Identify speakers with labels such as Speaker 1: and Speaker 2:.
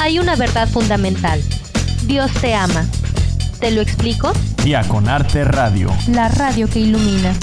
Speaker 1: hay una verdad fundamental. Dios te ama. ¿Te lo explico?
Speaker 2: Diaconarte Radio.
Speaker 1: La radio que ilumina.